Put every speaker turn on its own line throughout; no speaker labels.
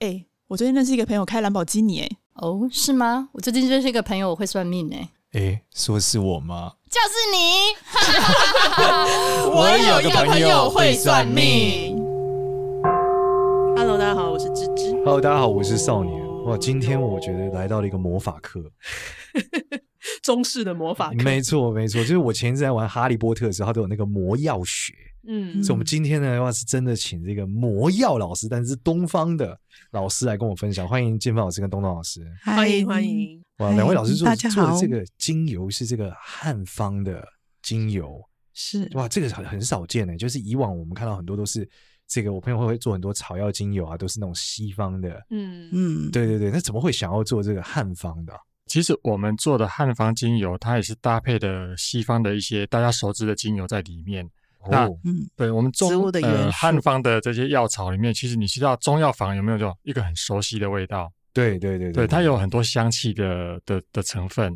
哎、我最近认识一个朋友开兰博基尼、哎，
哦，是吗？我最近认识一个朋友，我会算命哎、
诶，说是我吗？
就是你。
我有个朋友会算命。
Hello，大家好，我是芝芝。
Hello，大家好，我是少年。哇，今天我觉得来到了一个魔法课。
中式的魔法课，
没错，没错，就是我前一阵在玩《哈利波特》的时候，它都有那个魔药学。
嗯，
所以，我们今天呢，要是真的请这个魔药老师，但是是东方的老师来跟我分享。欢迎建芳老师跟东东老师。
欢
欢迎欢。迎。
哇，
嗨
两位老师做
哎大家
做
好
的这个精油是这个汉方的精油。
是
哇，这个很很少见呢、就是以往我们看到很多都是这个，我朋友会做很多草药精油啊，都是那种西方的。
嗯，
嗯，
对对对，那怎么会想要做这个汉方的啊、
其实我们做的汉方精油，它也是搭配的西方的一些大家熟知的精油在里面。那
哦，
嗯，
对我们中
植物的元
呃
素
汉方的这些药草里面，其实你知道中药房有没有这种一个很熟悉的味道？
对对对
对，它有很多香气的的的成分。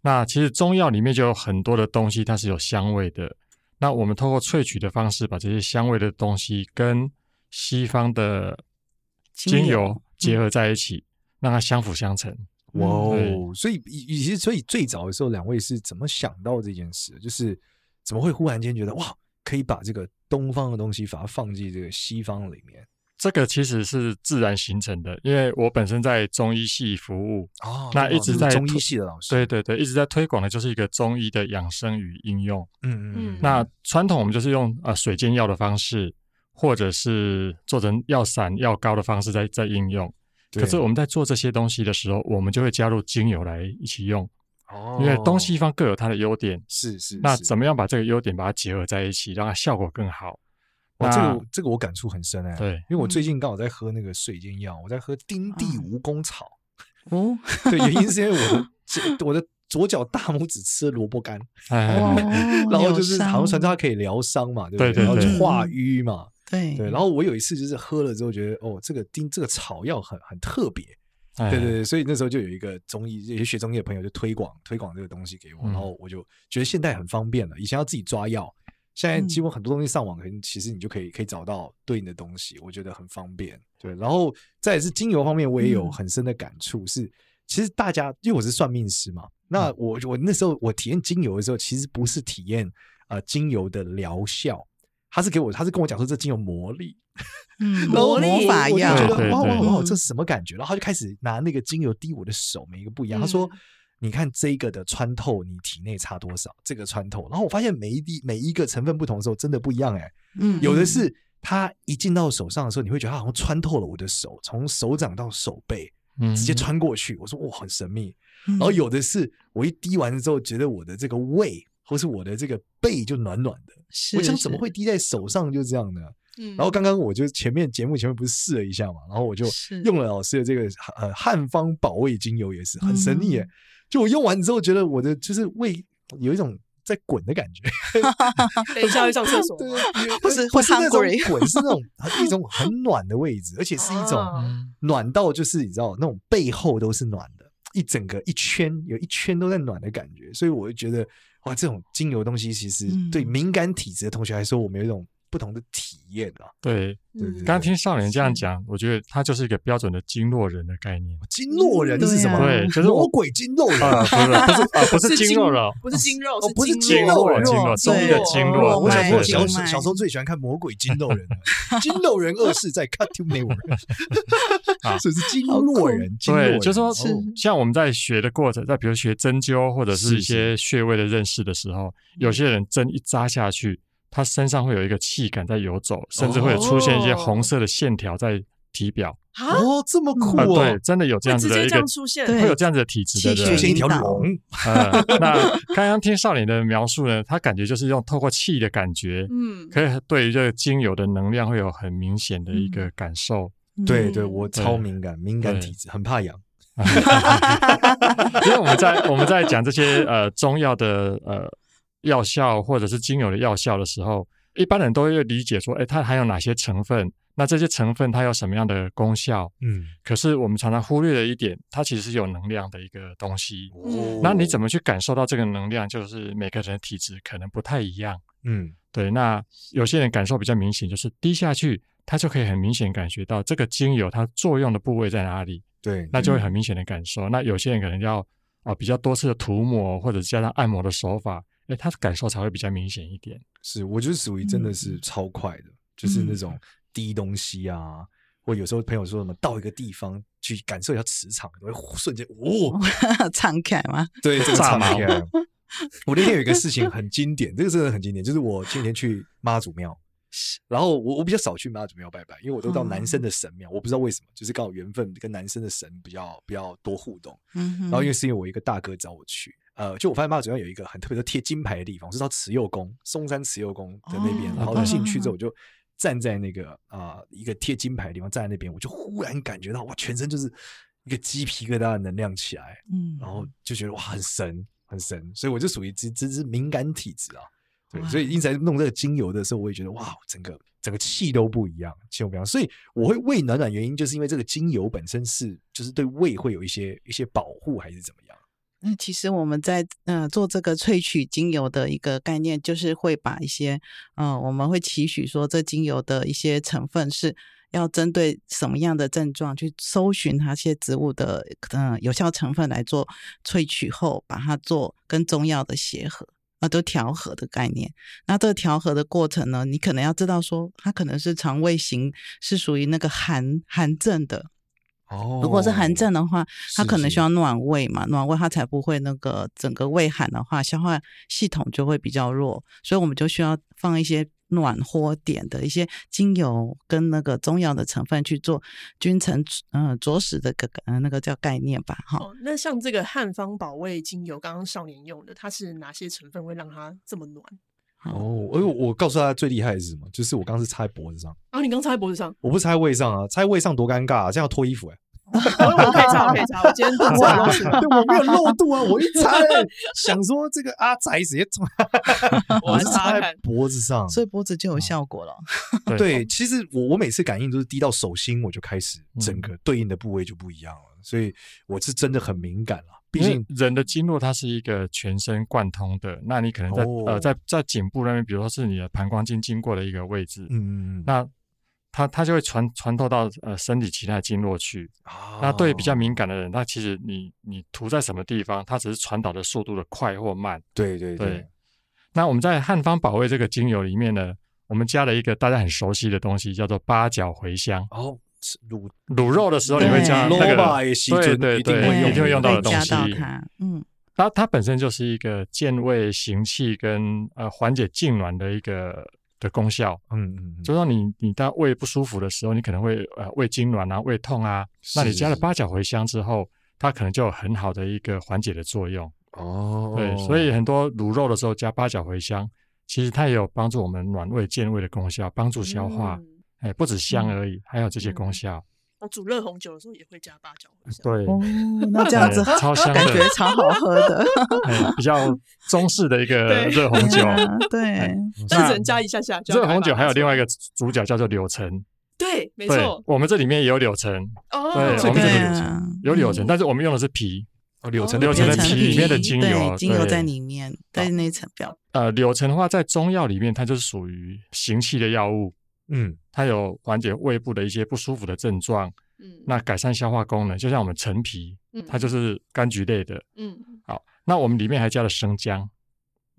那其实中药里面就有很多的东西，它是有香味的。那我们通过萃取的方式，把这些香味的东西跟西方的
精油嗯
精油结合在一起，让它相辅相成。
哇哦
嗯对，
所以以以及所以最早的时候，两位是怎么想到这件事的？就是怎么会忽然间觉得哇，可以把这个东方的东西把它放进这个西方里面
这个其实是自然形成的，因为我本身在中医系服务，
哦
那
东方
一直
是
在
中医
推
系的老师，
对，对对，一直在推广的就是一个中医的养生与应用。
嗯嗯嗯
嗯，
那传统我们就是用呃水煎药的方式，或者是做成药散、药膏的方式在在应用。
对
可是我们在做这些东西的时候，我们就会加入精油来一起用，
哦
因为东西方各有它的优点。
是是，
那
是
怎么样把这个优点把它结合在一起，让它效果更好？
哇，哦
那
这个这个我感触很深哎、
对嗯
因为我最近刚好在喝那个水煎药，我在喝丁地
啊
蜈蚣草。
哦，
对，原因是因为我的这我的左脚大拇指吃了萝卜干，
哎，
然后就是好像传说它可以疗伤嘛，对不
对对
然后就
对
化瘀嘛，
对
对。然后我有一次就是喝了之后觉得，哦，这个丁这个草药很很特别，
哎
对对对，所以那时候就有一个中医，也学中医的朋友就推广推广这个东西给我，
嗯
然后我就觉得现在很方便了，以前要自己抓药，现在
嗯
几乎很多东西上网，可能其实你就可以可以找到对应的东西，我觉得很方便。对，然后再也是精油方面，我也有
嗯
很深的感触，是其实大家因为我是算命师嘛，那我我那时候我体验精油的时候，其实不是体验呃精油的疗效。他是给我，他是跟我讲说这精油魔力，
嗯
然后
魔力
我
法
我就
药
觉得
对对
哇哇
对
哇，
嗯
这是什么感觉？然后他就开始拿那个精油滴我的手，每一个不一样。他说
嗯：“
你看这个的穿透，你体内差多少？这个穿透。”然后我发现每一滴每一个成分不同的时候，真的不一样哎、
嗯
有的是它一进到手上的时候，你会觉得它好像穿透了我的手，从手掌到手背
嗯
直接穿过去。我说：“哇，很神秘。”
然
然后有的是我一滴完之后，觉得我的这个胃或是我的这个背就暖暖的。
是
我想怎么会滴在手上就这样呢？
嗯
然后刚刚我就前面节目前面不是试了一下嘛，然后我就是用了老师的这个呃汉方保胃精油，也是很神秘耶。
嗯
就我用完之后，觉得我的就是胃有一种在滚的感觉，
等一下会上厕 所
对
吗，，
有
不是
不是
会
那种
hungry
滚，是那种 一种很暖的位置，而且是一种
啊
嗯
暖到就是你知道那种背后都是暖的，一整个一圈有一圈都在暖的感觉，所以我就觉得哇，这种精油东西其实
嗯
对敏感体质的同学来说，我们有一种不同的体验啊。
对，
对对
嗯
对
刚刚听少年这样讲，我觉得他就是一个标准的经络人的概念。
经络人是什么？嗯
对啊对就是我
魔鬼经络人。
啊，不是不是啊，不是经络了，
不是经肉
哦，，不哦是
经
经络
人经络
对哦
中医的经络
我小时候
对
小
经
时候
脉
小时候最喜欢看《魔鬼经络人》了， 经络人二世在 Cartoon Network，
啊
所以是经络人，经络
对，
人
就是说
哦
像我们在学的过程，在比如学针灸或者是一些穴位的认识的时候，有些人针一扎下去，他身上会有一个气感在游走，甚至会有出现一些红色的线条在体表。
啊，
哦，这么酷
啊，
哦，
对，真的有这
会
样
直
子
接
的一
这
个
样。出现，
对
会有这样子的体质的
气
人，
血
出现一
型
条
引导
龙，
呃，那刚刚听少年的描述呢，他感觉就是用透过气的感觉，
嗯，
可以对于这个精油的能量会有很明显的一个感受。
对
嗯
对，我超敏感，敏感
对
体质，很怕痒。
因为我们在我们在讲这些呃中药的呃药效或者是精油的药效的时候，一般人都会理解说，哎，它含有哪些成分？那这些成分它有什么样的功效？
嗯，
可是我们常常忽略了一点，它其实是有能量的一个东西。
嗯
那你怎
么
么去感受到这个能量？就是每个人的体质可能不太一样。
嗯
对，那有些人感受比较明显，就是滴下去，他就可以很明显感觉到这个精油它作用的部位在哪里，
对，
那就会很明显的感受。那有些人可能要啊、比较多次的涂抹，或者加上按摩的手法，哎，他的感受才会比较明显一点。
是，我就是属于真的
嗯
是超快的，就是那种滴东西啊，或有时候朋友说什么到一个地方去感受一下磁场，我会呼瞬间哦，
敞开吗？
对，这个
炸
场
毛
面。 我那天有一个事情很经典，这个真的很经典，就是我前几天去妈祖庙，然后我我比较少去妈祖庙拜拜，因为我
哦
都到男生的神庙，我不知道为什么，就是刚好缘分跟男生的神比较比较多互动。
嗯哼，
然后因为是因为我一个大哥找我去，呃，就我发现妈祖庙有一个很特别的贴金牌的地方，是到慈幼宫，松山慈幼宫的那边。
哦
然后
嗯
进去之后，我就站在那个啊、呃一个贴金牌的地方站在那边，我就忽然感觉到哇，全身就是一个鸡皮疙瘩的能量起来，
嗯
然后就觉得哇很神很神，所以我就属于这这是敏感体质啊。对，
哇
所以一直在弄这个精油的时候，我也觉得哇，整个整个气都不一样，气都不一样。所以我会胃暖暖，原因就是因为这个精油本身是就是对胃会有一些一些保护，还是怎么样？
那其实我们在呃做这个萃取精油的一个概念，就是会把一些呃我们会期许说这精油的一些成分是要针对什么样的症状去搜寻它些植物的呃有效成分来做萃取后，把它做跟中药的协和。啊，都调和的概念。那这个调和的过程呢，你可能要知道说，它可能是肠胃型，是属于那个寒寒症的，
哦
如果是寒症
的，
的话，它
是
可能
是
需要暖胃嘛，暖胃它才不会那个整个胃寒的话，消化系统就会比较弱，所以我们就需要放一些暖和点的一些精油跟那个中药的成分去做均层嗯、呃、着实的个呃那个叫概念吧，哈。
哦，那像这个汉方保卫精油，刚刚少年用的，它是哪些成分会让它这么暖？
哦，哎呦，我告诉他最厉害的是什么？就是我刚刚是插在脖子上，
啊然后你刚插在脖子上，
我不是插在胃上啊，插在胃上多尴尬啊，这样要脱衣服哎、
我哦我可以插，我可以插，我今天肚子很
哇
多水。
对 我没有漏度啊！我一 插、想说这个阿宅直接从， 我是插在脖子
哦
上，
所以脖子就有效果了，
对
啊对，其实我我每次感应都是滴到手心，我就开始
嗯
整个对应的部位就不一样了，所以我是真的很敏感了。毕
因为
竟
人的经络它是一个全身贯通的，那你可能在、
哦
呃在在颈部那边，比如说是你的膀胱经经过的一个位置，
嗯，
那它它就会传传透到呃身体其他经络去。
啊
那对比较敏感的人，那其实你你涂在什么地方，它只是传导的速度的快或慢。
对对对
对，那我们在汉方宝味这个精油里面呢，我们加了一个大家很熟悉的东西，叫做八角茴香。
然后吃卤
卤肉的时候你会加
对
那
萝卜
个，
也是一
对
种
对
一定
对，
会
一定会用
到
会
到的东
加
西。
到它，嗯，
它它本身就是一个健胃行气跟呃缓解痉挛的一个的功效。
嗯嗯，嗯
就是说你你到胃不舒服的时候，你可能会呃胃痉挛啊、胃痛啊，
是
那你加了
是
八角茴香之后，它可能就有很好的一个缓解的作用。
哦，
对，所以很多卤肉的时候加八角茴香，其实它也有帮助我们暖胃健胃的功效，帮助消化。
嗯
哎，不止香而已，还有这些功效。
我煮热红酒的时候也会加八角茴香。
对，
哦，那这样子
哎超香的
感觉 超好喝的，
哎比较中式的一个
对
热红 酒。
对
哎，
但是
那
只能加一下下。就要
热
赶快
红酒
把它
还有
拿出
另外
来
一个主角叫做柳橙，
对，没
对
错，
我们这里面也有柳橙，
哦，
对
这个
我们
就
这
对
个
是
柳
啊
橙，有柳橙，但是我们用的是皮。
哦柳橙
柳
橙的
橙的
皮
皮里面的精油
对，精油
对哦
在里面，在那一层表，
呃，柳橙的话，在中药里面它就是属于行气的药物，
嗯，
它有缓解胃部的一些不舒服的症状，
嗯，
那改善消化功能。就像我们陈皮，它就是柑橘类的。
嗯，
好，那我们里面还加了生姜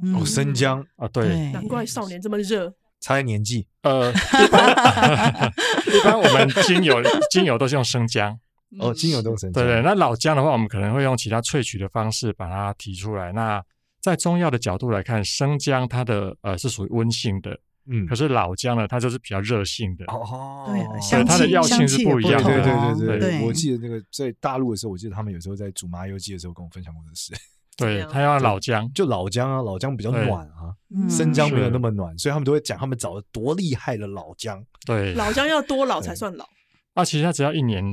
嗯
哦，生姜
啊，对，
对，
难怪少年这么热，
差在年纪
呃，一般 一般我们精油精油都是用生姜，
嗯
哦，精油都是生
对
姜，
对，那老姜的话，我们可能会用其他萃取的方式把它提出来。那在中药的角度来看，生姜它的呃是属于温性的，
嗯
可，是老姜呢，它就是比较热性的。
哦，
对
对，
香
它的
气
药
香
性是
气
不
也
一
不
样
同
的。
对
啊
对对
对
我记得那个在大陆的时候，我记得他们有时候在煮麻油鸡的时候跟我分享过这事，
对，
对
它要老姜。
就老姜啊，老姜比较
对
暖啊，
嗯
生姜没有
是
那么暖，所以他们都会讲他们找了多厉害的老 姜。
对，
老姜要多老才算老。
啊，其实它只要一年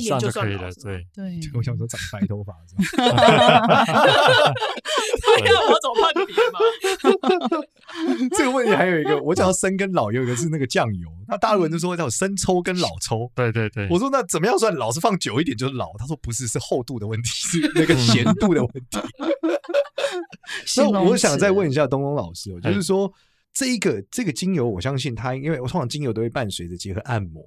一年
上
就
就
算
可以
老
了
是。吗
对，
对，
我想说长白头发是吧？
对呀，我要怎么判别嘛？
这个问题还有一个，我讲到生跟老，有一个是那个酱油。那大陆人就说叫生抽跟老抽。
对对对。
我说那怎么样算老？是放久一点就是老？他说不是，是厚度的问题，是那
嗯
个咸度的问题。
形
那
容
我想再
词
哎
问一下东东老师哦，就是说这一个这个精油，我相信它，因为我通常精油都会伴随着结合按摩，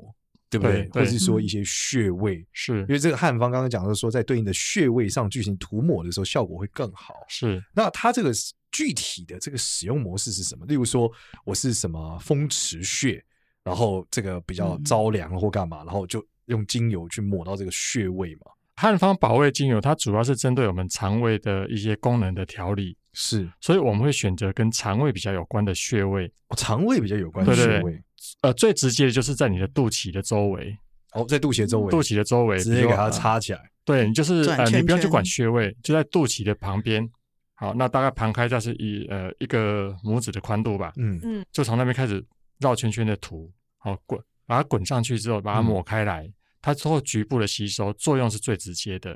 对不对？
对
或
对
是说一些穴位，
是
因为这个汉方刚刚讲的是说，在对应的穴位上进行涂抹的时候，效果会更好。
是
那它这个是具体的这个使用模式是什么？例如说，我是什么风池穴，然后这个比较
嗯
着凉或干嘛，然后就用精油去抹到这个穴位嘛。
汉方保胃精油，它主要是针对我们肠胃的一些功能的调理，
是、
所以我们会选择跟肠胃比较有关的穴位。
哦肠胃比较有关的
对
穴
对
位，
呃，最直接的就是在你的肚脐的周围，
哦，在肚脐的周围，
肚脐的周围，
直
比
接
如
给它
呃
插起来。
对你就是
转
呃，你
圈
不用去
圈
管穴位，就在肚脐的旁边。好，那大概盘开它是一呃一个拇指的宽度吧，
嗯，
就从那边开始绕圈圈的涂，好滚，把它滚上去之后，把它
嗯
抹开来，它之后局部的吸收作用是最直接的。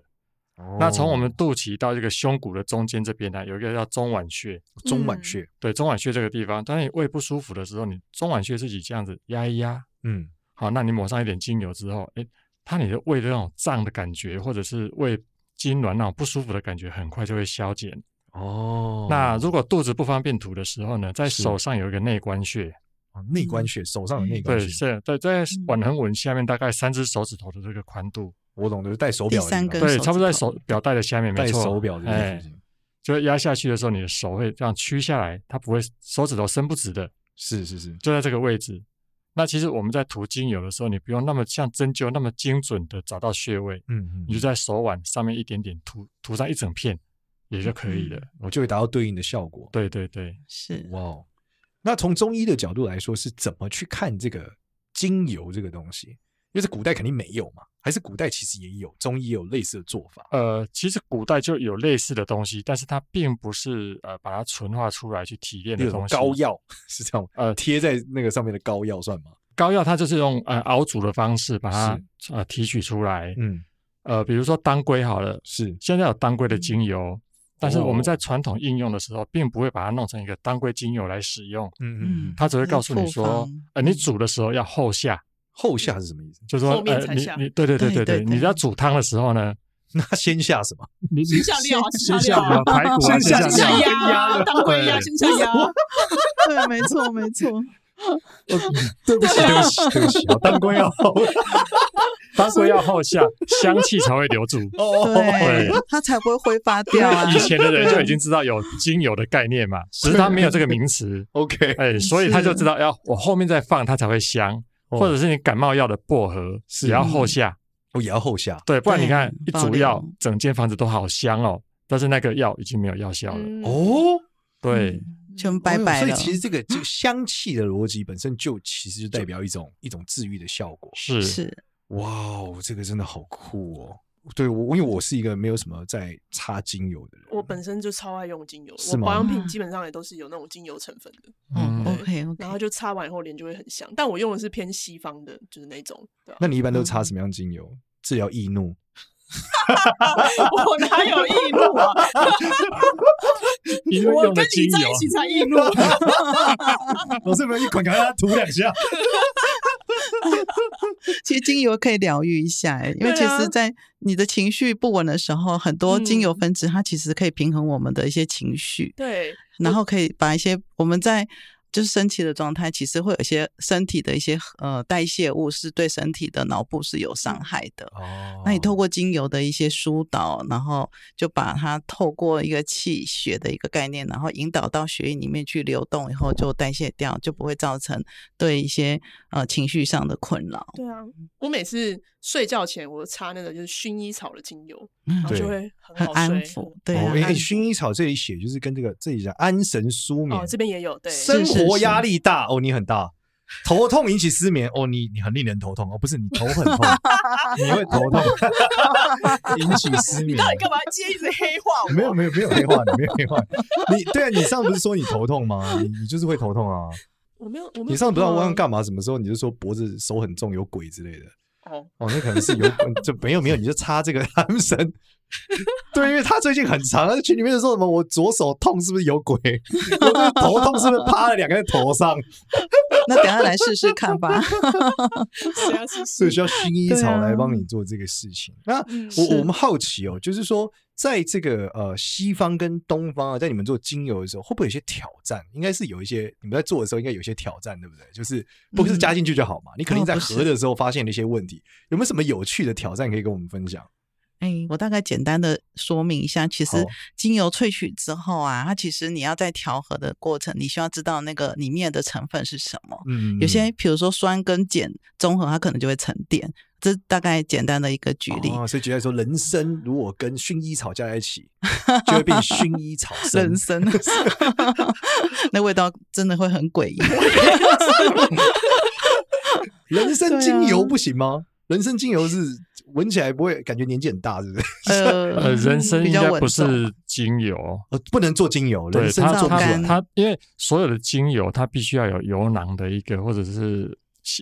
哦
那从我们肚脐到这个胸骨的中间这边呢，有一个叫中脘穴，
中脘穴，
对，中脘穴这个地方，当你胃不舒服的时候，你中脘穴自己这样子压一压，
嗯，
好，那你抹上一点精油之后，哎，它你的胃的那种胀的感觉，或者是胃痉挛那种不舒服的感觉，很快就会消减。
哦
那如果肚子不方便吐的时候呢，在
是
手上有一个内关穴，
哦内
嗯
关穴，手上的内关
对，
穴，
是，对，在腕横纹下面大概三只手指头的这个宽度，
我懂的，就戴手表的地方，
第三根
对，
手
差不多在
指头
手表带的下面，没
戴
错，
手表的地
哎
方，，
就压下去的时候，你的手会这样屈下来，它不会手指头伸不直的，
是是是，
就在这个位置。那其实我们在涂精油的时候，你不用那么像针灸那么精准的找到穴位，
嗯
你就在手腕上面一点点涂涂上一整片也就可以了。
我就会达到对应的效果。
对对对，
是
哇哦，那从中医的角度来说，是怎么去看这个精油这个东西？因为是古代肯定没有嘛，还是古代其实也有，中医也有类似的做法。
呃，其实古代就有类似的东西，但是它并不是呃把它纯化出来去提炼
例
的
如
东西。
膏药 是这样吗？
呃
贴在那个上面的膏药算吗？
膏药它就是用呃熬煮的方式把它呃提取出来。
嗯，
呃，比如说当归好了，
是嗯
现在有当归的精油，但是我
哦
们在传统应用的时候，并不会把它弄成一个当归精油来使用，
嗯嗯嗯
嗯。
它只会
那
告诉你
复
说
方，
呃，你煮的时候要后下。
后下是什么意思？
就是说
后面
呃，
才
你
下
你对对对
对
对对，
对对
你要煮汤的时候呢，
那先下什么？
你
先下料啊
先
先下料
下
啊
料排骨啊，
先下
先下
料
料
鸭啊，当归鸭
对
先下鸭，
对，没错，没错，
哦 对不起，对
啊
不起，对不起，好当归药。
当归要后下，香气才会留住。
哦
对，它才不会挥发掉啊。
以前的人就已经知道有精油的概念嘛，只是他没有这个名词，
OK，
哎，所以他就知道要我后面再放它才会香，啊
哦
或者是你感冒药的薄荷
是
也要后下，
我也要哦后下。
对，不然你看
对
一
保
煮
留
药，整间房子都好香哦，但是那个药已经没有药效了，
嗯，
哦，
对，
嗯全拜
哦
拜
所
了。
以其实这个这个香气的逻辑本身就其实就代表一 种一种治愈的效果。
是
是
哇哦，这个真的好酷哦！对我，因为我是一个没有什么在擦精油的人，
我本身就超爱用精油，
是
我
吗
保养品基本上也都是有那种精油成分的，
嗯
嗯，
，OK
然后
OK，
就擦完以后脸就会很香。但我用的是偏西方的，就是那种，对吧、啊
那你一般都擦什么样精油？治疗易 怒，
我哪有易怒啊？
因为
我
用
跟
了
你
精
在
油
一。起才易怒。
老师没有一捆，给他涂两下。
其实精油可以疗愈一下、欸，因为其
对啊嗯
实，在你的情绪不稳的时候，很多精油分子它其实可以平衡我们的一些情绪，
对，
然后可以把一些我们在就是升起的状态，其实会有一些身体的一些呃代谢物是对身体的脑部是有伤
嗯
害的。
哦
那你透过精油的一些疏导，然后就把它透过一个气血的一个概念，然后引导到血液里面去流动，以后就代谢掉，就不会造成对一些呃情绪上的困扰。
对啊，
嗯
我每次睡觉前我擦那个就是薰衣草的精油，然后
对
哦就会很
很
好
安
睡。
抚，嗯对
哦
啊，
哎、
安
哎薰衣草这里写就是跟这个这里讲安神舒眠，
哦，这边也有对，
生
是是
活
是
压力大哦，你很大，头痛引起失眠哦，你你很令人头痛哦，不是你头很痛，你会头痛引起失眠
到。底干嘛接一直黑化我？
没有没有没有黑化你，没有黑化你。你对啊，你上次不是说你头痛吗？你你就是会头痛啊。
我没有，我没有。啊
你上次不知道
我
忘了干嘛，什么时候你就说脖子手很重有鬼之类的。
哦，
哦，那可能是有 就没有没有，你就插这个安神。对，因为他最近很长，他在群里面就说什么 我左手痛是不是有鬼，我这头痛是不是趴在两个人头上？
那等下来试试看吧。
是啊， 是
所以
是
需要薰衣
对
草来
啊
帮你做这个事情。
嗯
那
是
我我们好奇哦，就是说，在这个呃西方跟东方啊，在你们做精油的时候，会不会有一些挑战？应该是有一些，你们在做的时候应该有一些挑战，对不对？就是不是加进去就好嘛？你肯定
哦
在
不是
合的时候发现了一些问题，有没有什么有趣的挑战可以跟我们分享？
哎，我大概简单的说明一下，其
好
实精油萃取之后啊，它其实你要在调和的过程，你需要知道那个里面的成分是什么。
嗯
有些比如说酸跟碱综合，它可能就会沉淀。这大概简单的一个举例。
哦，所以举例来说，人参如果跟薰衣草加在一 起，就会变薰衣草参
人参，啊 那味道真的会很诡异。
人参
对
精油
啊
不行吗？人参精油是闻起来不会感觉年纪很大，是不是？
呃，
呃
人参
比
应
较
该
稳
不
重
是精油，
呃，不能做精油，
对
人参
它
做
造
不出
它
干
来。
它，因为所有的精油它必须要有油囊的一个或者是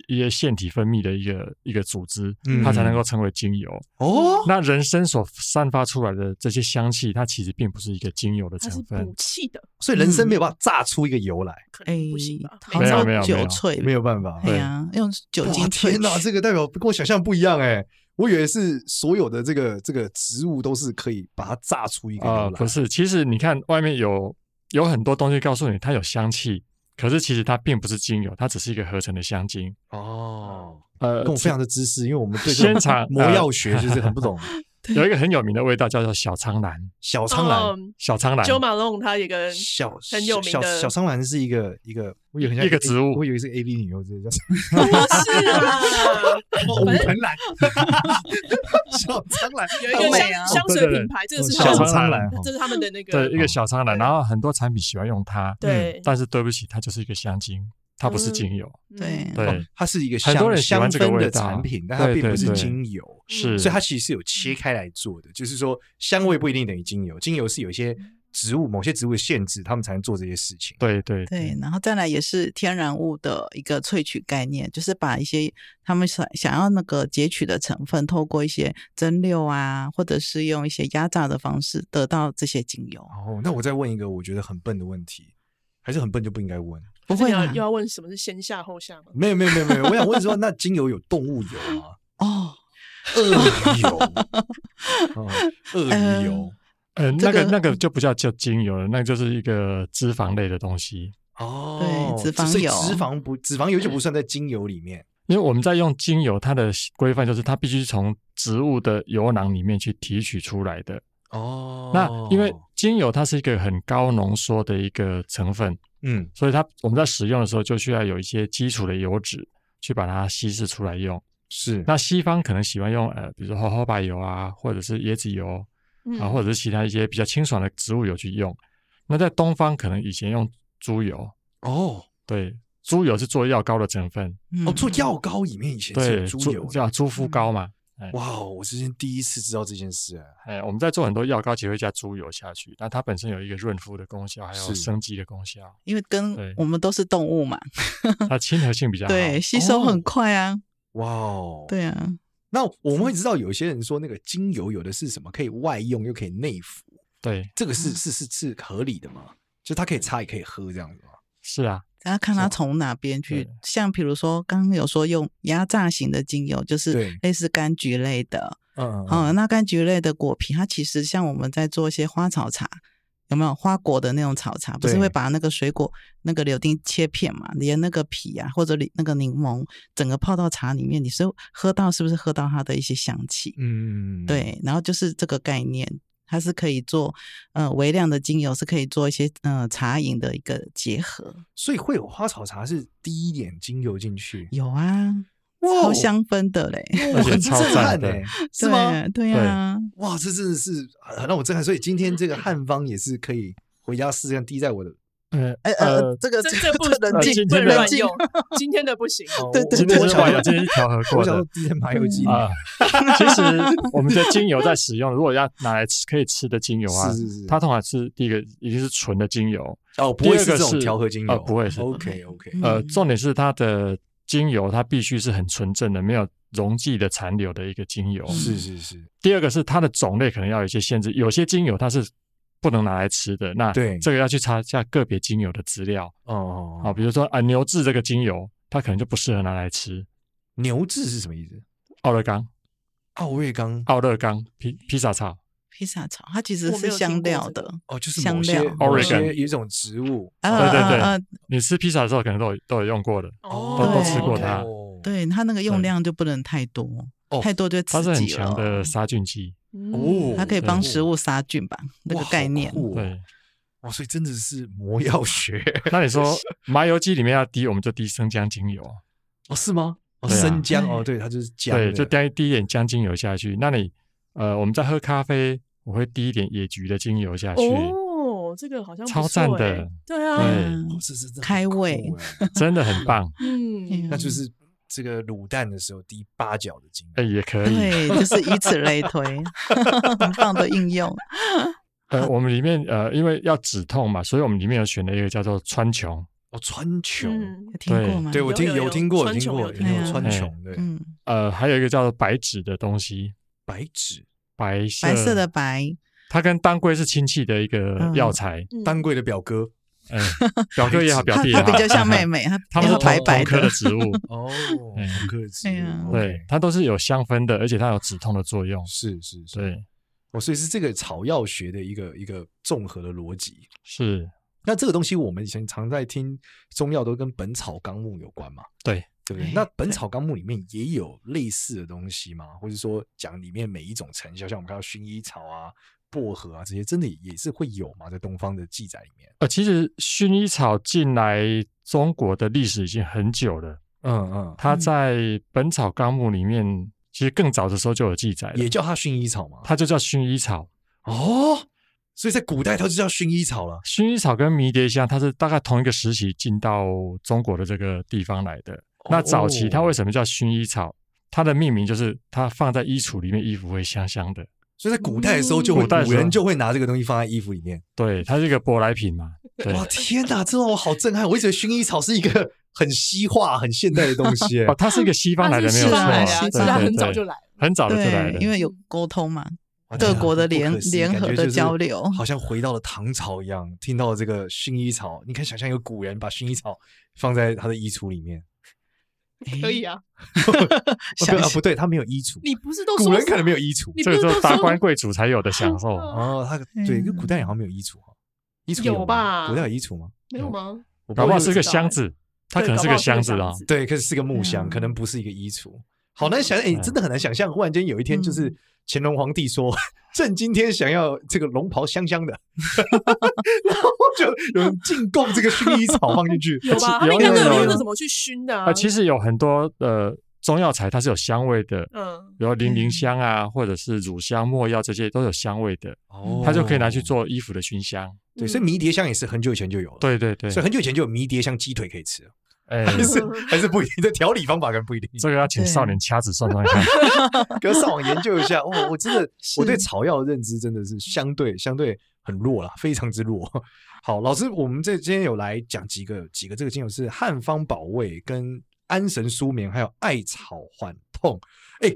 一些腺体分泌的一个一个组织，
嗯
它才能够成为精油。
哦，
那人参所散发出来的这些香气，它其实并不是一个精油的
它
成
是
分
补。气的，
所以人参没有办法榨出
嗯
一个油来，
可
哎
能不行吧？，
好
没有
像
没有
酒
没有
萃，
没有办法。
哎呀，用酒
哇
精萃
天哪，
取。
这个代表跟我想象不一样哎！我以为是所有的这个这个植物都是可以把它榨出一个
啊、
油来，
不是，其实你看外面有有很多东西告诉你它有香气，可是其实它并不是精油，它只是一个合成的香精。
哦。
呃
跟，我非常的知识，因为我们对
先尝
魔药学就是很不 懂。
有一个很有名的味道叫做小苍兰，
小苍兰，
嗯
小苍兰
Joe Malone 他有一个
小
很有名
小
的
小苍兰是一个一个，我以为很像
一个植物
我以为是 A V 女优之类的，
不哦是啊，
五藤 兰，小苍兰
有一个
好美
香
哦
啊
香水品牌，这个是
小
他
苍
们
兰
哦
这是他们的那
对，
个
一个小苍兰，
对
然后很多产品喜欢用它，嗯
对
但是对不起，它就是一个香精，它不是精油。
对，
对，
哦它是一个
很多
香
人喜欢
香
这个
氛
味
的
道
产品，但它
对
并不
对
是
对
精油，
是，
所以它其实是有切开来做的。就是说，香味不一定等于精油，精油是有一些植物、某些植物的限制，他们才能做这些事情。
对对
对，
嗯
然后再来也是天然物的一个萃取概念，就是把一些他们想想要那个截取的成分，透过一些蒸馏啊，或者是用一些压榨的方式得到这些精油。
哦，那我再问一个我觉得很笨的问题，还是很笨就不应该问。
不
这
会
要
啦
又，要问什么是先下后下吗？
没有没有没有没有，我想问说，那精油有动物油 吗？
哦，
鳄鱼油，哦
嗯
鳄鱼油。
呃，
这
那个
个
那个就不叫叫精油了，那个就是一个脂肪类的东西。
哦，
对脂肪
所以
油
脂肪不脂肪油就不算在精油里面。
因为我们在用精油，它的规范就是它必须从植物的油囊里面去提取出来的。
哦
那因为精油它是一个很高浓缩的一个成分，
嗯
所以它我们在使用的时候就需要有一些基础的油脂去把它稀释出来用。
是
那西方可能喜欢用呃，比如说荷荷巴油啊，或者是椰子油啊，
嗯，
或者是其他一些比较清爽的植物油去用。那在东方可能以前用猪油，
哦
对，猪油是做药膏的成分，
嗯
哦，做药膏里面以前是
对，
有猪油的
叫猪肤膏嘛。
哇哦，我之前第一次知道这件事、哎
哎，我们在做很多药膏，其实会加猪油下去，那它本身有一个润肤的功效，还有
是
生肌的功效，
因为
对
跟我们都是动物嘛，
它亲和性比较好。
对，吸收
哦
很快啊，
哇哦，，
对啊，
那我们会知道有些人说那个精油有的是什么可以外用又可以内服，
对，
这个是是是是合理的吗？就它可以擦也可以喝这样子吗？
是啊，
大家看它从哪边去
对，
像比如说刚刚有说用压榨型的精油，就
对
是类似柑橘类的，
嗯
哦，那柑橘类的果皮，它其实像我们在做一些花草茶，有没有花果的那种草茶？不是
对
会把那个水果那个柳丁切片嘛，连那个皮啊，或者里那个柠檬，整个泡到茶里面，你是喝到是不是喝到它的一些香气？
嗯，
对，然后就是这个概念，它是可以做呃微量的精油，是可以做一些呃茶饮的一个结合。
所以会有花草茶是滴一点精油进去，
有啊，
哇
超
哦，
香氛的嘞，
哇，很
而且超
震撼
赞
呢、
的
是吗？
对对
对
啊，
哇，这真的是很让我震撼。所以今天这个汉方也是可以回家试试看，滴在我的。
呃
哎呃，
呃，
这个
这
这
这不
个冷
呃
静，
今
不
天
能
的
冷
乱
静
用，今天的不行。
哦
对对
今
对
天
我
是
想
把
要
有这一调和
我
过
想要
的
滴在麻油鸡里。
啊。其实我们的精油在使用，如果要拿来吃可以吃的精油啊，
是是是
它通常是第一个一定是纯的精油，
哦，不会是
第
这
二个
种
是
调和精油，
呃不会是
OK OK，
嗯
呃，重点是它的精油，它必须是很纯正的，没有溶剂的残留的一个精油。
是是是，
第二个是它的种类可能要有一些限制，有些精油它是不能拿来吃的。那
对
这个要去查一下个别精油的资料
哦
啊，比如说啊牛至这个精油，它可能就不适合拿来吃。
牛至是什么意思？
奥勒冈，
奥瑞冈
奥勒冈披披萨草，
披萨草，它其实
我没
是
有听
香
过
料
这个
的。
哦，就是
香
某些
料
某
Oregon
些有一种植物，
啊
对对对
啊啊啊
你吃披萨的时候可能都有都有用过的，
哦，
都
都吃过
它
哦，
对它那个用
对
量就不能太多，
哦
太多就刺
它是很
激了
强。的杀菌剂。
嗯
哦
它可以帮
对
食物杀菌吧，这个
哇
概
好
念。
酷哦
对，
哇，所以真的是魔药学
那你说 麻油鸡里面要滴，我们就滴生姜精油，
哦？是吗？哦，
对啊
生姜哦， 对，它就是姜的，
对，就滴滴一点姜精油下去。那你呃，我们在喝咖啡，我会滴一点野菊的精油下去，
哦，这个好像不
超
错
赞
欸
的，
对啊，
对，
嗯
哦，是是是，
开胃，
真的很 棒，
嗯
嗯
欸那就是这个卤蛋的时候滴八角的精
哎，
油，
也可以。
对，就是以此类推，很棒的应用。
呃，我们里面呃，因为要止痛嘛，所以我们里面有选了一个叫做川穹。
哦，川穹，
嗯
有听
对
过吗？
对我
有
听
有有
听过，有
川
听
穹
过，
有
有
听
听过
过
川
哎
穹，对，
嗯，
呃，还有一个叫做白芷的东西，
白芷，
白色
白色的，白，
它跟当归是亲戚的一个
嗯
药材，
嗯
丹桂的表哥，
嗯，表哥也好，表
它
弟也
它
好，
比较像妹，妹，它
他
因
们
为
是
它
同
白白
同科
的
的。植物，
哦，
哎
很克制
哎呀，
对，，它都是有香氛的，而且它有止痛的作用，
是是是，
对，
哦，所以是这个草药学的一个一个综合的逻辑。
是，
那这个东西我们以前常在听中药都跟《本草纲目》有关嘛，
对，
对不对？
哎
那《本草纲目》里面也有类似的东西吗？或者说讲里面每一种成效，像我们看到薰衣草啊、薄荷啊这些，真的也是会有吗？在东方的记载里面，
呃，其实薰衣草进来中国的历史已经很久了，
嗯嗯，
它在《本草纲目》里面其实更早的时候就有记载了，
也叫它薰衣草吗？
哎它就叫薰衣草。
哦，所以在古代它就叫薰衣草了。
薰衣草跟迷迭香，它是大概同一个时期进到中国的这个地方来的。
哦
那早期它为什么叫薰衣草？它的命名就是它放在衣橱里面，衣服会香香的。
所以在古代的时候，就会
嗯古代的时
古
候
人就会拿这个东西放在衣服里面。
对，它是一个舶来品嘛。对，
哇，天哪，这让我好震撼！我一直以为薰衣草是一个很西化、很现代的东西 耶。
哦，它是一个西方来的，
它是
没有
西
错
方来的啊，
对
其实它
对
很早
对
就来了。
很早的就来
对
了，，
因为有沟通嘛，
哇
各
天哪
国的
不可
联
思议
联
感
合
觉
的
就是
交流
好像回到了唐朝一样。听到这个薰衣草，你可以想象一个古人把薰衣草放在他的衣橱里面。
可以啊，
哦不
想一
啊，
想
不对，他没有衣橱，
你不是都
古
说
人可能没有衣橱
你。
这个
不是
就
都
达
说
官贵族才有的享受。
嗯
哦，他对，因为古代人好像没有衣橱哈，衣橱吗
有吧
古代有衣橱吗？
没有吗？
我
搞不好是个
知道
箱
欸
子，它
对
可能
搞不
是个
好是个
箱子啦
箱。子
对，可是是个木箱，
嗯
可能不是一个衣橱。好难想，哎，
嗯
真的很难想象。忽然间有一天，
嗯
就是乾隆皇帝说：“朕今天想要这个龙袍香 香的。”然后就有人进贡这个薰衣草放进去，
有吧？他们
有
应该
有
都有
有
用
有
那什么去熏的
啊、
啊？
其实有很多呃中药材它是有香味的，
嗯，
比如零陵香啊，或者是乳香、没药这些都有香味的，
哦
它就可以拿去。做衣服的熏香。
对，所以迷迭香也是很久以前就有了。
对对对
所，以很久以前就有迷迭香鸡腿可以吃了，
哎，
嗯
还 是还是不一定，这调理方法可能不一定。
这个要请
对
少年掐指算算看。
可是上网研究一下，哦，我真的
是
我对草药的认知真的是相对相对很弱啦，非常之弱。 好，老师，我们这今天有来讲几个几个这个精油是汉方保卫、跟安神舒眠，还有艾草缓痛。哎，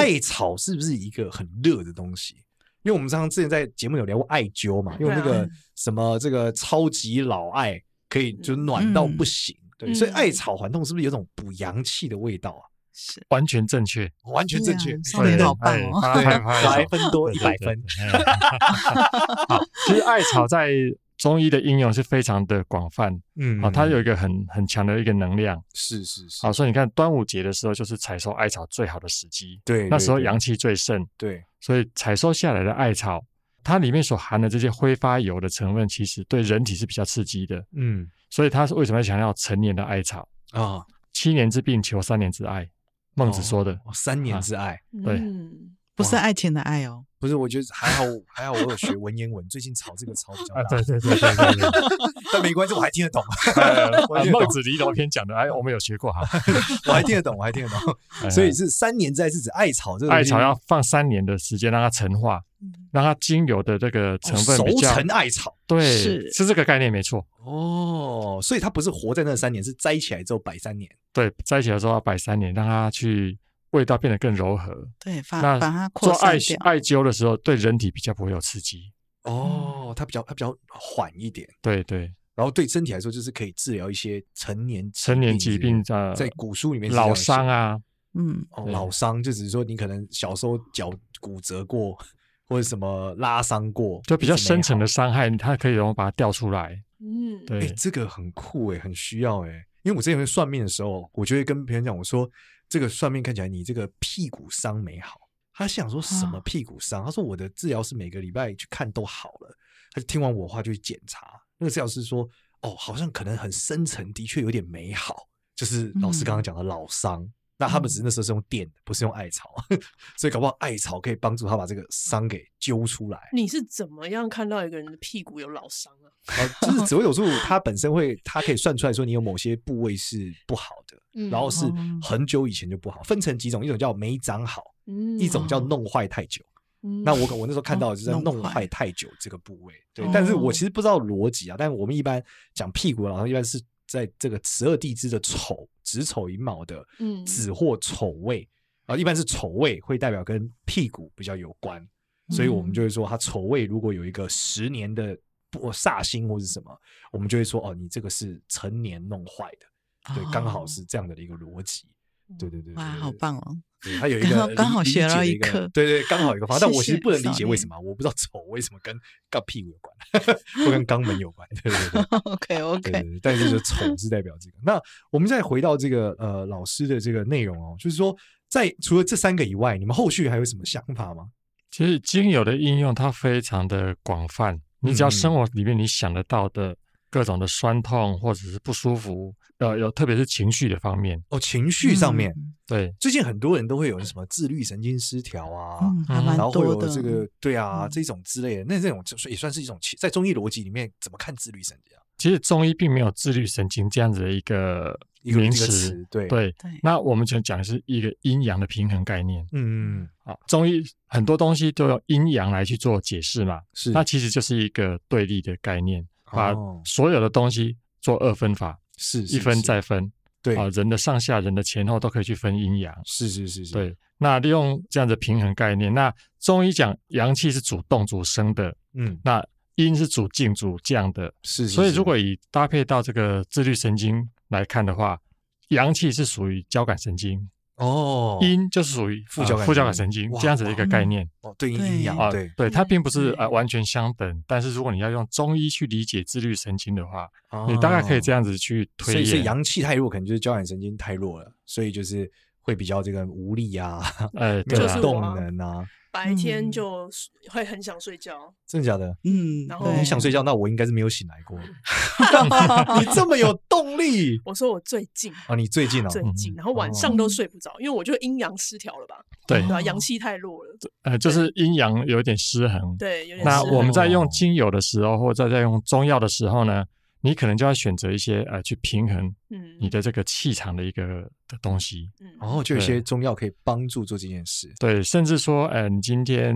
艾草是不是一个很热的东西？因为我们常常之前在节目有聊过艾灸嘛，
对
用那
啊
个什么这个超级老艾可以就暖到不行，对，
嗯
所以艾草缓痛是不是有种补阳气的味道啊？
是
完全正确，
完全
啊
正确，
少年
对
好棒
哎
哦
拍
对，
拍拍手
来分多一
对
百
对
分。
对对 好，其实艾草在中医的应用是非常的广泛
嗯
啊，它有一个很很强的一个能量
是是是
啊，所以你看端午节的时候就是采收艾草最好的时机，
对，对
那时候
对
阳气最盛，
对
所以采收下来的艾草，它里面所含的这些挥发油的成分，其实对人体是比较刺激的。
嗯
所以它是为什么要强调成年的艾草？
啊，
七年之病求三年之艾，孟子说的。啊
哦三年之爱
对
嗯
不是爱情的爱哦？
不是，我觉得还好，还好我有学文言文，最近炒这个炒比较
啊，
大
对，对对对对 对
但没关系，我还听得懂，
呃
我还
啊
听得
孟
懂，
子离楼篇讲的，哎，我们有学过哈。
我还听得懂，我还听得懂。所以是三年之爱是指艾草这个东
艾
西
哎
哦
草要放三年的时间让它陈化，让它精油的这个成分
嗯熟
比较
成啊艾草
对，
是
是这个概念没错。
哦，所以它不是活在那三年，是摘起来之后摆三年。
对，在一起的时候要摆三年，让它去味道变得更柔和。
对，把
那
把它
做
扩散
艾
掉。
艾灸的时候，对人体比较不会有刺激。
哦，它比较它比较缓一点，
对对，
然后对身体来说就是可以治疗一些成年
成年疾病
之类
啊，
的在古书里面是这样
老
写
伤啊，
嗯，
哦，
对
老伤就只是说你可能小时候脚骨折过，或者什么拉伤过，
就比较
一直没
深层的
好。
伤害，它可以然后把它调出来。
嗯，
对
哎、，这个很酷哎、很需要哎、因为我之前在算命的时候，我就会跟别人讲，我说这个算命看起来你这个屁股伤没好。他想说什么
啊
屁股伤？他说我的治疗师每个礼拜去看都好了，他就听完我话就去检查。那个治疗师说，哦，好像可能很深层，的确有点没好，就是老师刚刚讲的老伤。那他们只是那时候是用电的，不是用艾草， 所以搞不好艾草可以帮助他把这个伤给揪出来。
你是怎么样看到一个人的屁股有老伤啊？
啊，就是 紫微斗数，它本身会，它可以算出来说你有某些部位是不好的，
嗯
然后是
哦
很久以前就不好，分成几种，一种叫没长好，
嗯
一种叫弄坏太久。
嗯
那我我那时候看到的就是在
哦弄
弄
坏
坏太久这个部位，对，但是我
哦
其实不知道逻辑啊，但我们一般讲屁股，然后一般是在这个十二地支的丑，子丑寅卯的
嗯
子或丑位，啊，一般是丑位会代表跟屁股比较有关，所以我
嗯
们就会说，它丑位如果有一个十年的不煞星或是什么，我们就会说，哦，你这个是成年弄坏的，对，刚好
哦
是这样的一个逻辑。对对对，对
哇，好！棒哦！
对对它有一
刚
个
好刚
理
好
理
学
解
到
的
一
一个
课
对对，刚好有一个方法。但
谢
我其实
谢
不能理
少
解为什
年
么，我不知道丑为什么跟跟屁股有关， 或跟肛门有关。对对对，
OK
对
OK，
对，对但是就是丑是代表这个。那我们再回到这个呃老师的这个内容哦，就是说，在除了这三个以外，你们后续还有什么想法吗？
其实精油的应用它非常的广泛，你
嗯
只要生活里面你想得到的各种的酸痛或者是不舒服，呃，有特别是情绪的方面，
哦，情绪上面，
嗯
对
最近很多人都会有什么自律神经失调啊，
嗯，还
嗯
蛮
然后会
多
有
的。
这个对啊、
嗯
这种之类的，那这种就是也算是一种情在中医逻辑里面怎么看自律神经啊？
其实中医并没有自律神经这样子的一个
一个
名
一个词
词，，
对，
对
对。
那我们就讲的是一个阴阳的平衡概念
嗯，
啊，中医很多东西都用阴阳来去做解释嘛，
是
那其实就是一个对立的概念，把
哦
所有的东西做二分法，
是
一分
是
再分，
对
啊，人的上下、人的前后都可以去分阴阳。
是是是是，
对，那利用这样的平衡概念，那中医讲阳气是主动主生的，
嗯，
那阴是主静主降的，
是是
所以
是
如果以搭配到这个自律神经来看的话，阳气是属于交感神经，
哦
阴就是属于
副交感
呃副交感
神
神
经
经
哇
这样子的一个概念。
哦对应
对
阴阳
啊，
对
对，它并不是
对
呃完全相等，但是如果你要用中医去理解自律神经的话，你
哦
大概可以这样子去
所
推
以，所以
演。
阳气太弱，可能就是交感神经太弱了，所以就是会比较这个无力啊，
呃，
没
对
有
就是
啊，
动能啊，
白天
嗯
就睡会很想睡觉，
真的假的？
嗯，
然后
对
你想睡觉，那我应该是没有醒来过。你这么有动力
我说我最近
啊！你最近哦，
最近，
嗯
然后晚上都睡不着，因为我就阴阳失调了吧，
对
对，
哦
吧？阳气太弱了，
呃，就是阴阳有点失衡。
对，有点
那
失
我们
衡
在用
哦
精油的时候，或者在用中药的时候呢，你可能就要选择一些呃去平衡
嗯
你哦的这个气场的一个的东西。
嗯
然哦后就有一
对
些中药可以帮助做这件事，
对，甚至说，呃，你今天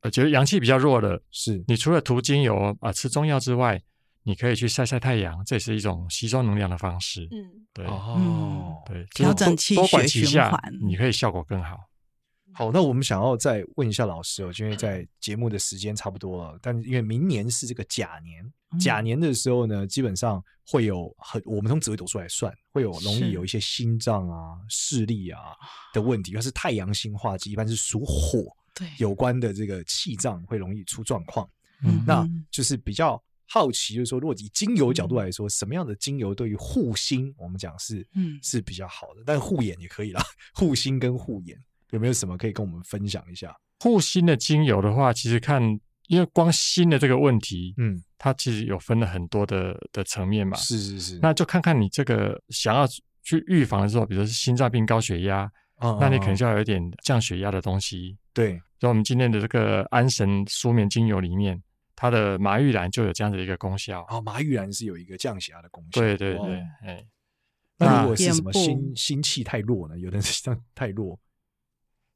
呃觉得阳气比较弱了，
是
你除了涂精油啊、吃中药之外，你可以去晒晒太阳，这也是一种吸收能量的方式。
嗯
对，
哦。
对，就是
调
多
整气
多管
血
齐
循
下
环
你可以效果更好。
好，那我们想要再问一下老师哦，因为在节目的时间差不多了，但因为明年是这个甲年，
嗯
甲年的时候呢，基本上会有很，我们从紫微斗数来算，会有容易
是
有一些心脏啊、视力啊的问题，它是太阳星化忌，一般是属火
对，
有关的这个气脏会容易出状况。
嗯
那就是比较好奇，就是说，如果以精油角度来说，什么样的精油对于护心，我们讲是
嗯
是比较好的，但护眼也可以啦，护心跟护眼有没有什么可以跟我们分享一下？
护心的精油的话，其实看，因为光心的这个问题，
嗯，
它其实有分了很多的的层面嘛。
是是是，
那就看看你这个想要去预防的时候，比如说是心脏病、高血压，
嗯
那你
嗯
可能
嗯
就要有一点降血压的东西。
对
所以我们今天的这个安神舒眠精油里面，它的麻玉兰就有这样的一个功效。
哦，马玉兰是有一个降血压的功效，
对对
哇哦
对，哎，
那
那
如果是什么
遍布
心心气太弱呢？有的人心脏太 弱，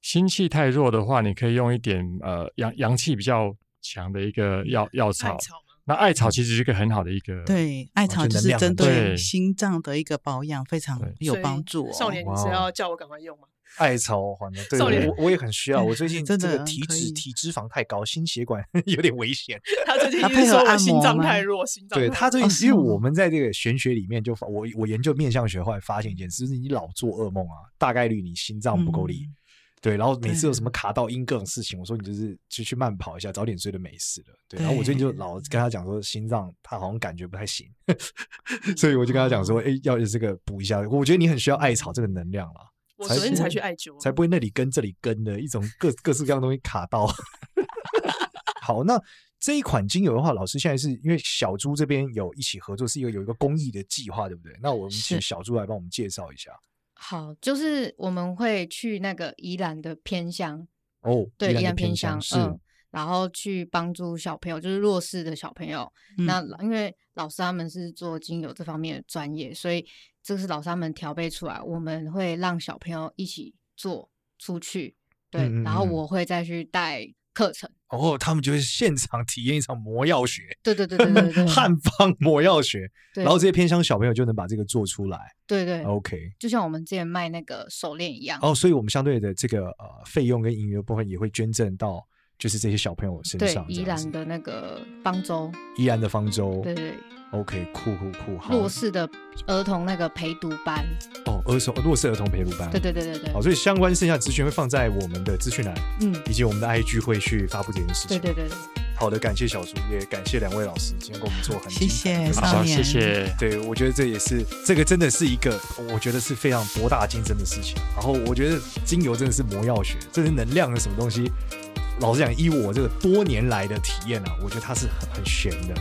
心气太弱的话，你可以用一点呃阳阳气比较强的一个药药
太
草。
吵嘛，
那艾草其实是一个很好的一个
对，艾
就
草就
能
是
量
针
很
强
对
对
心脏的一个保养非常
对
有
所以
帮助哦。
少年，你
哇哦
是要叫我赶快用吗？
艾草环的，对
少
年
我我也很需要。我最近这
真的
个体
可
脂
以
体脂肪太高，心血管 有点危险。
他最近
他
一
配
直
合
说我
按
心
摩
脏
吗
太弱，心脏
对
太
他
弱
最
哦
近，因为
是吗
我们在这个玄学里面就发我我研究面相学，后来发现一件事，就是你老做噩梦啊，大概率你心脏不够力。
嗯
对，然后每次有
对
什么卡到音各种事情，我说你就是就去慢跑一下，早点睡就没事了。对，然后我最近就
对
老跟他讲说，心脏他好像感觉不太行， 所以我就跟他讲说，哎，要这个补一下。我觉得你很需要艾草这个能量啦，
我
才
昨天才
是
去艾灸，啊
才不会那里跟这里跟的一种各各式各样的东西卡到。 好，那这一款精油的话，老师现在是因为小猪这边有一起合作，是一个有一个公益的计划，对不对？那我们
是
请小猪来帮我们介绍一下。
好，就是我们会去那个宜兰的偏乡，
哦，
对，宜
宜
兰
兰
偏
偏
乡，
是
嗯，然后去帮助小朋友，就是弱势的小朋友。
嗯
那老因为老师他们是做精油这方面的专业，所以这是老师他们调配出来，我们会让小朋友一起做出去，对，
嗯嗯
然后
嗯
我会再去带课程，
哦，他们就会现场体验一场魔药学。
对对对对对 对，
汉方魔药学，
对，
然后这些偏乡小朋友就能把这个做出来。
对对，
OK，
就像我们之前卖那个手链一样，
哦，所以我们相对的这个呃费用跟盈余的部分也会捐赠到就是这些小朋友身
对
上，。
宜
这样子
兰的那个邦州，
宜兰的方舟，
对对，
OK，酷酷酷，好
弱势的儿童那个陪读班，
哦，儿童弱势儿童陪读班。
对对对对对
好，，所以相关剩下资讯会放在我们的资讯栏，
嗯，
以及我们的 IG 会去发布这件事情。
对对对对。
好的，感谢小叔，也感谢两位老师今天跟我们做很
谢
精彩的
谢
分享
好，
少
谢
年
谢。
对，我觉得这也是这个真的是一个，我觉得是非常博大精深的事情。然后我觉得精油真的是魔药学，这是能量的什么东西。老实讲，依我这个多年来的体验啊，我觉得它是很很玄的。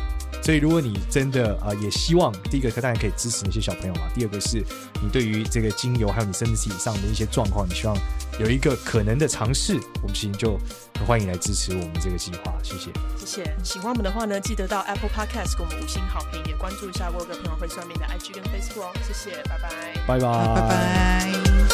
所以，如果你真的啊、呃也希望第一个，当然可以支持那些小朋友嘛。第二个是，你对于这个精油还有你身体上的一些状况，你希望有一个可能的尝试，我们其实就很欢迎来支持我们这个计划，谢谢。
谢谢。喜欢我们的话呢，记得到 Apple Podcast 给我们五星好评，也关注一下我有个朋友会算命的 IG 跟 Facebook 哦。谢谢，拜拜。
拜拜，
好拜拜。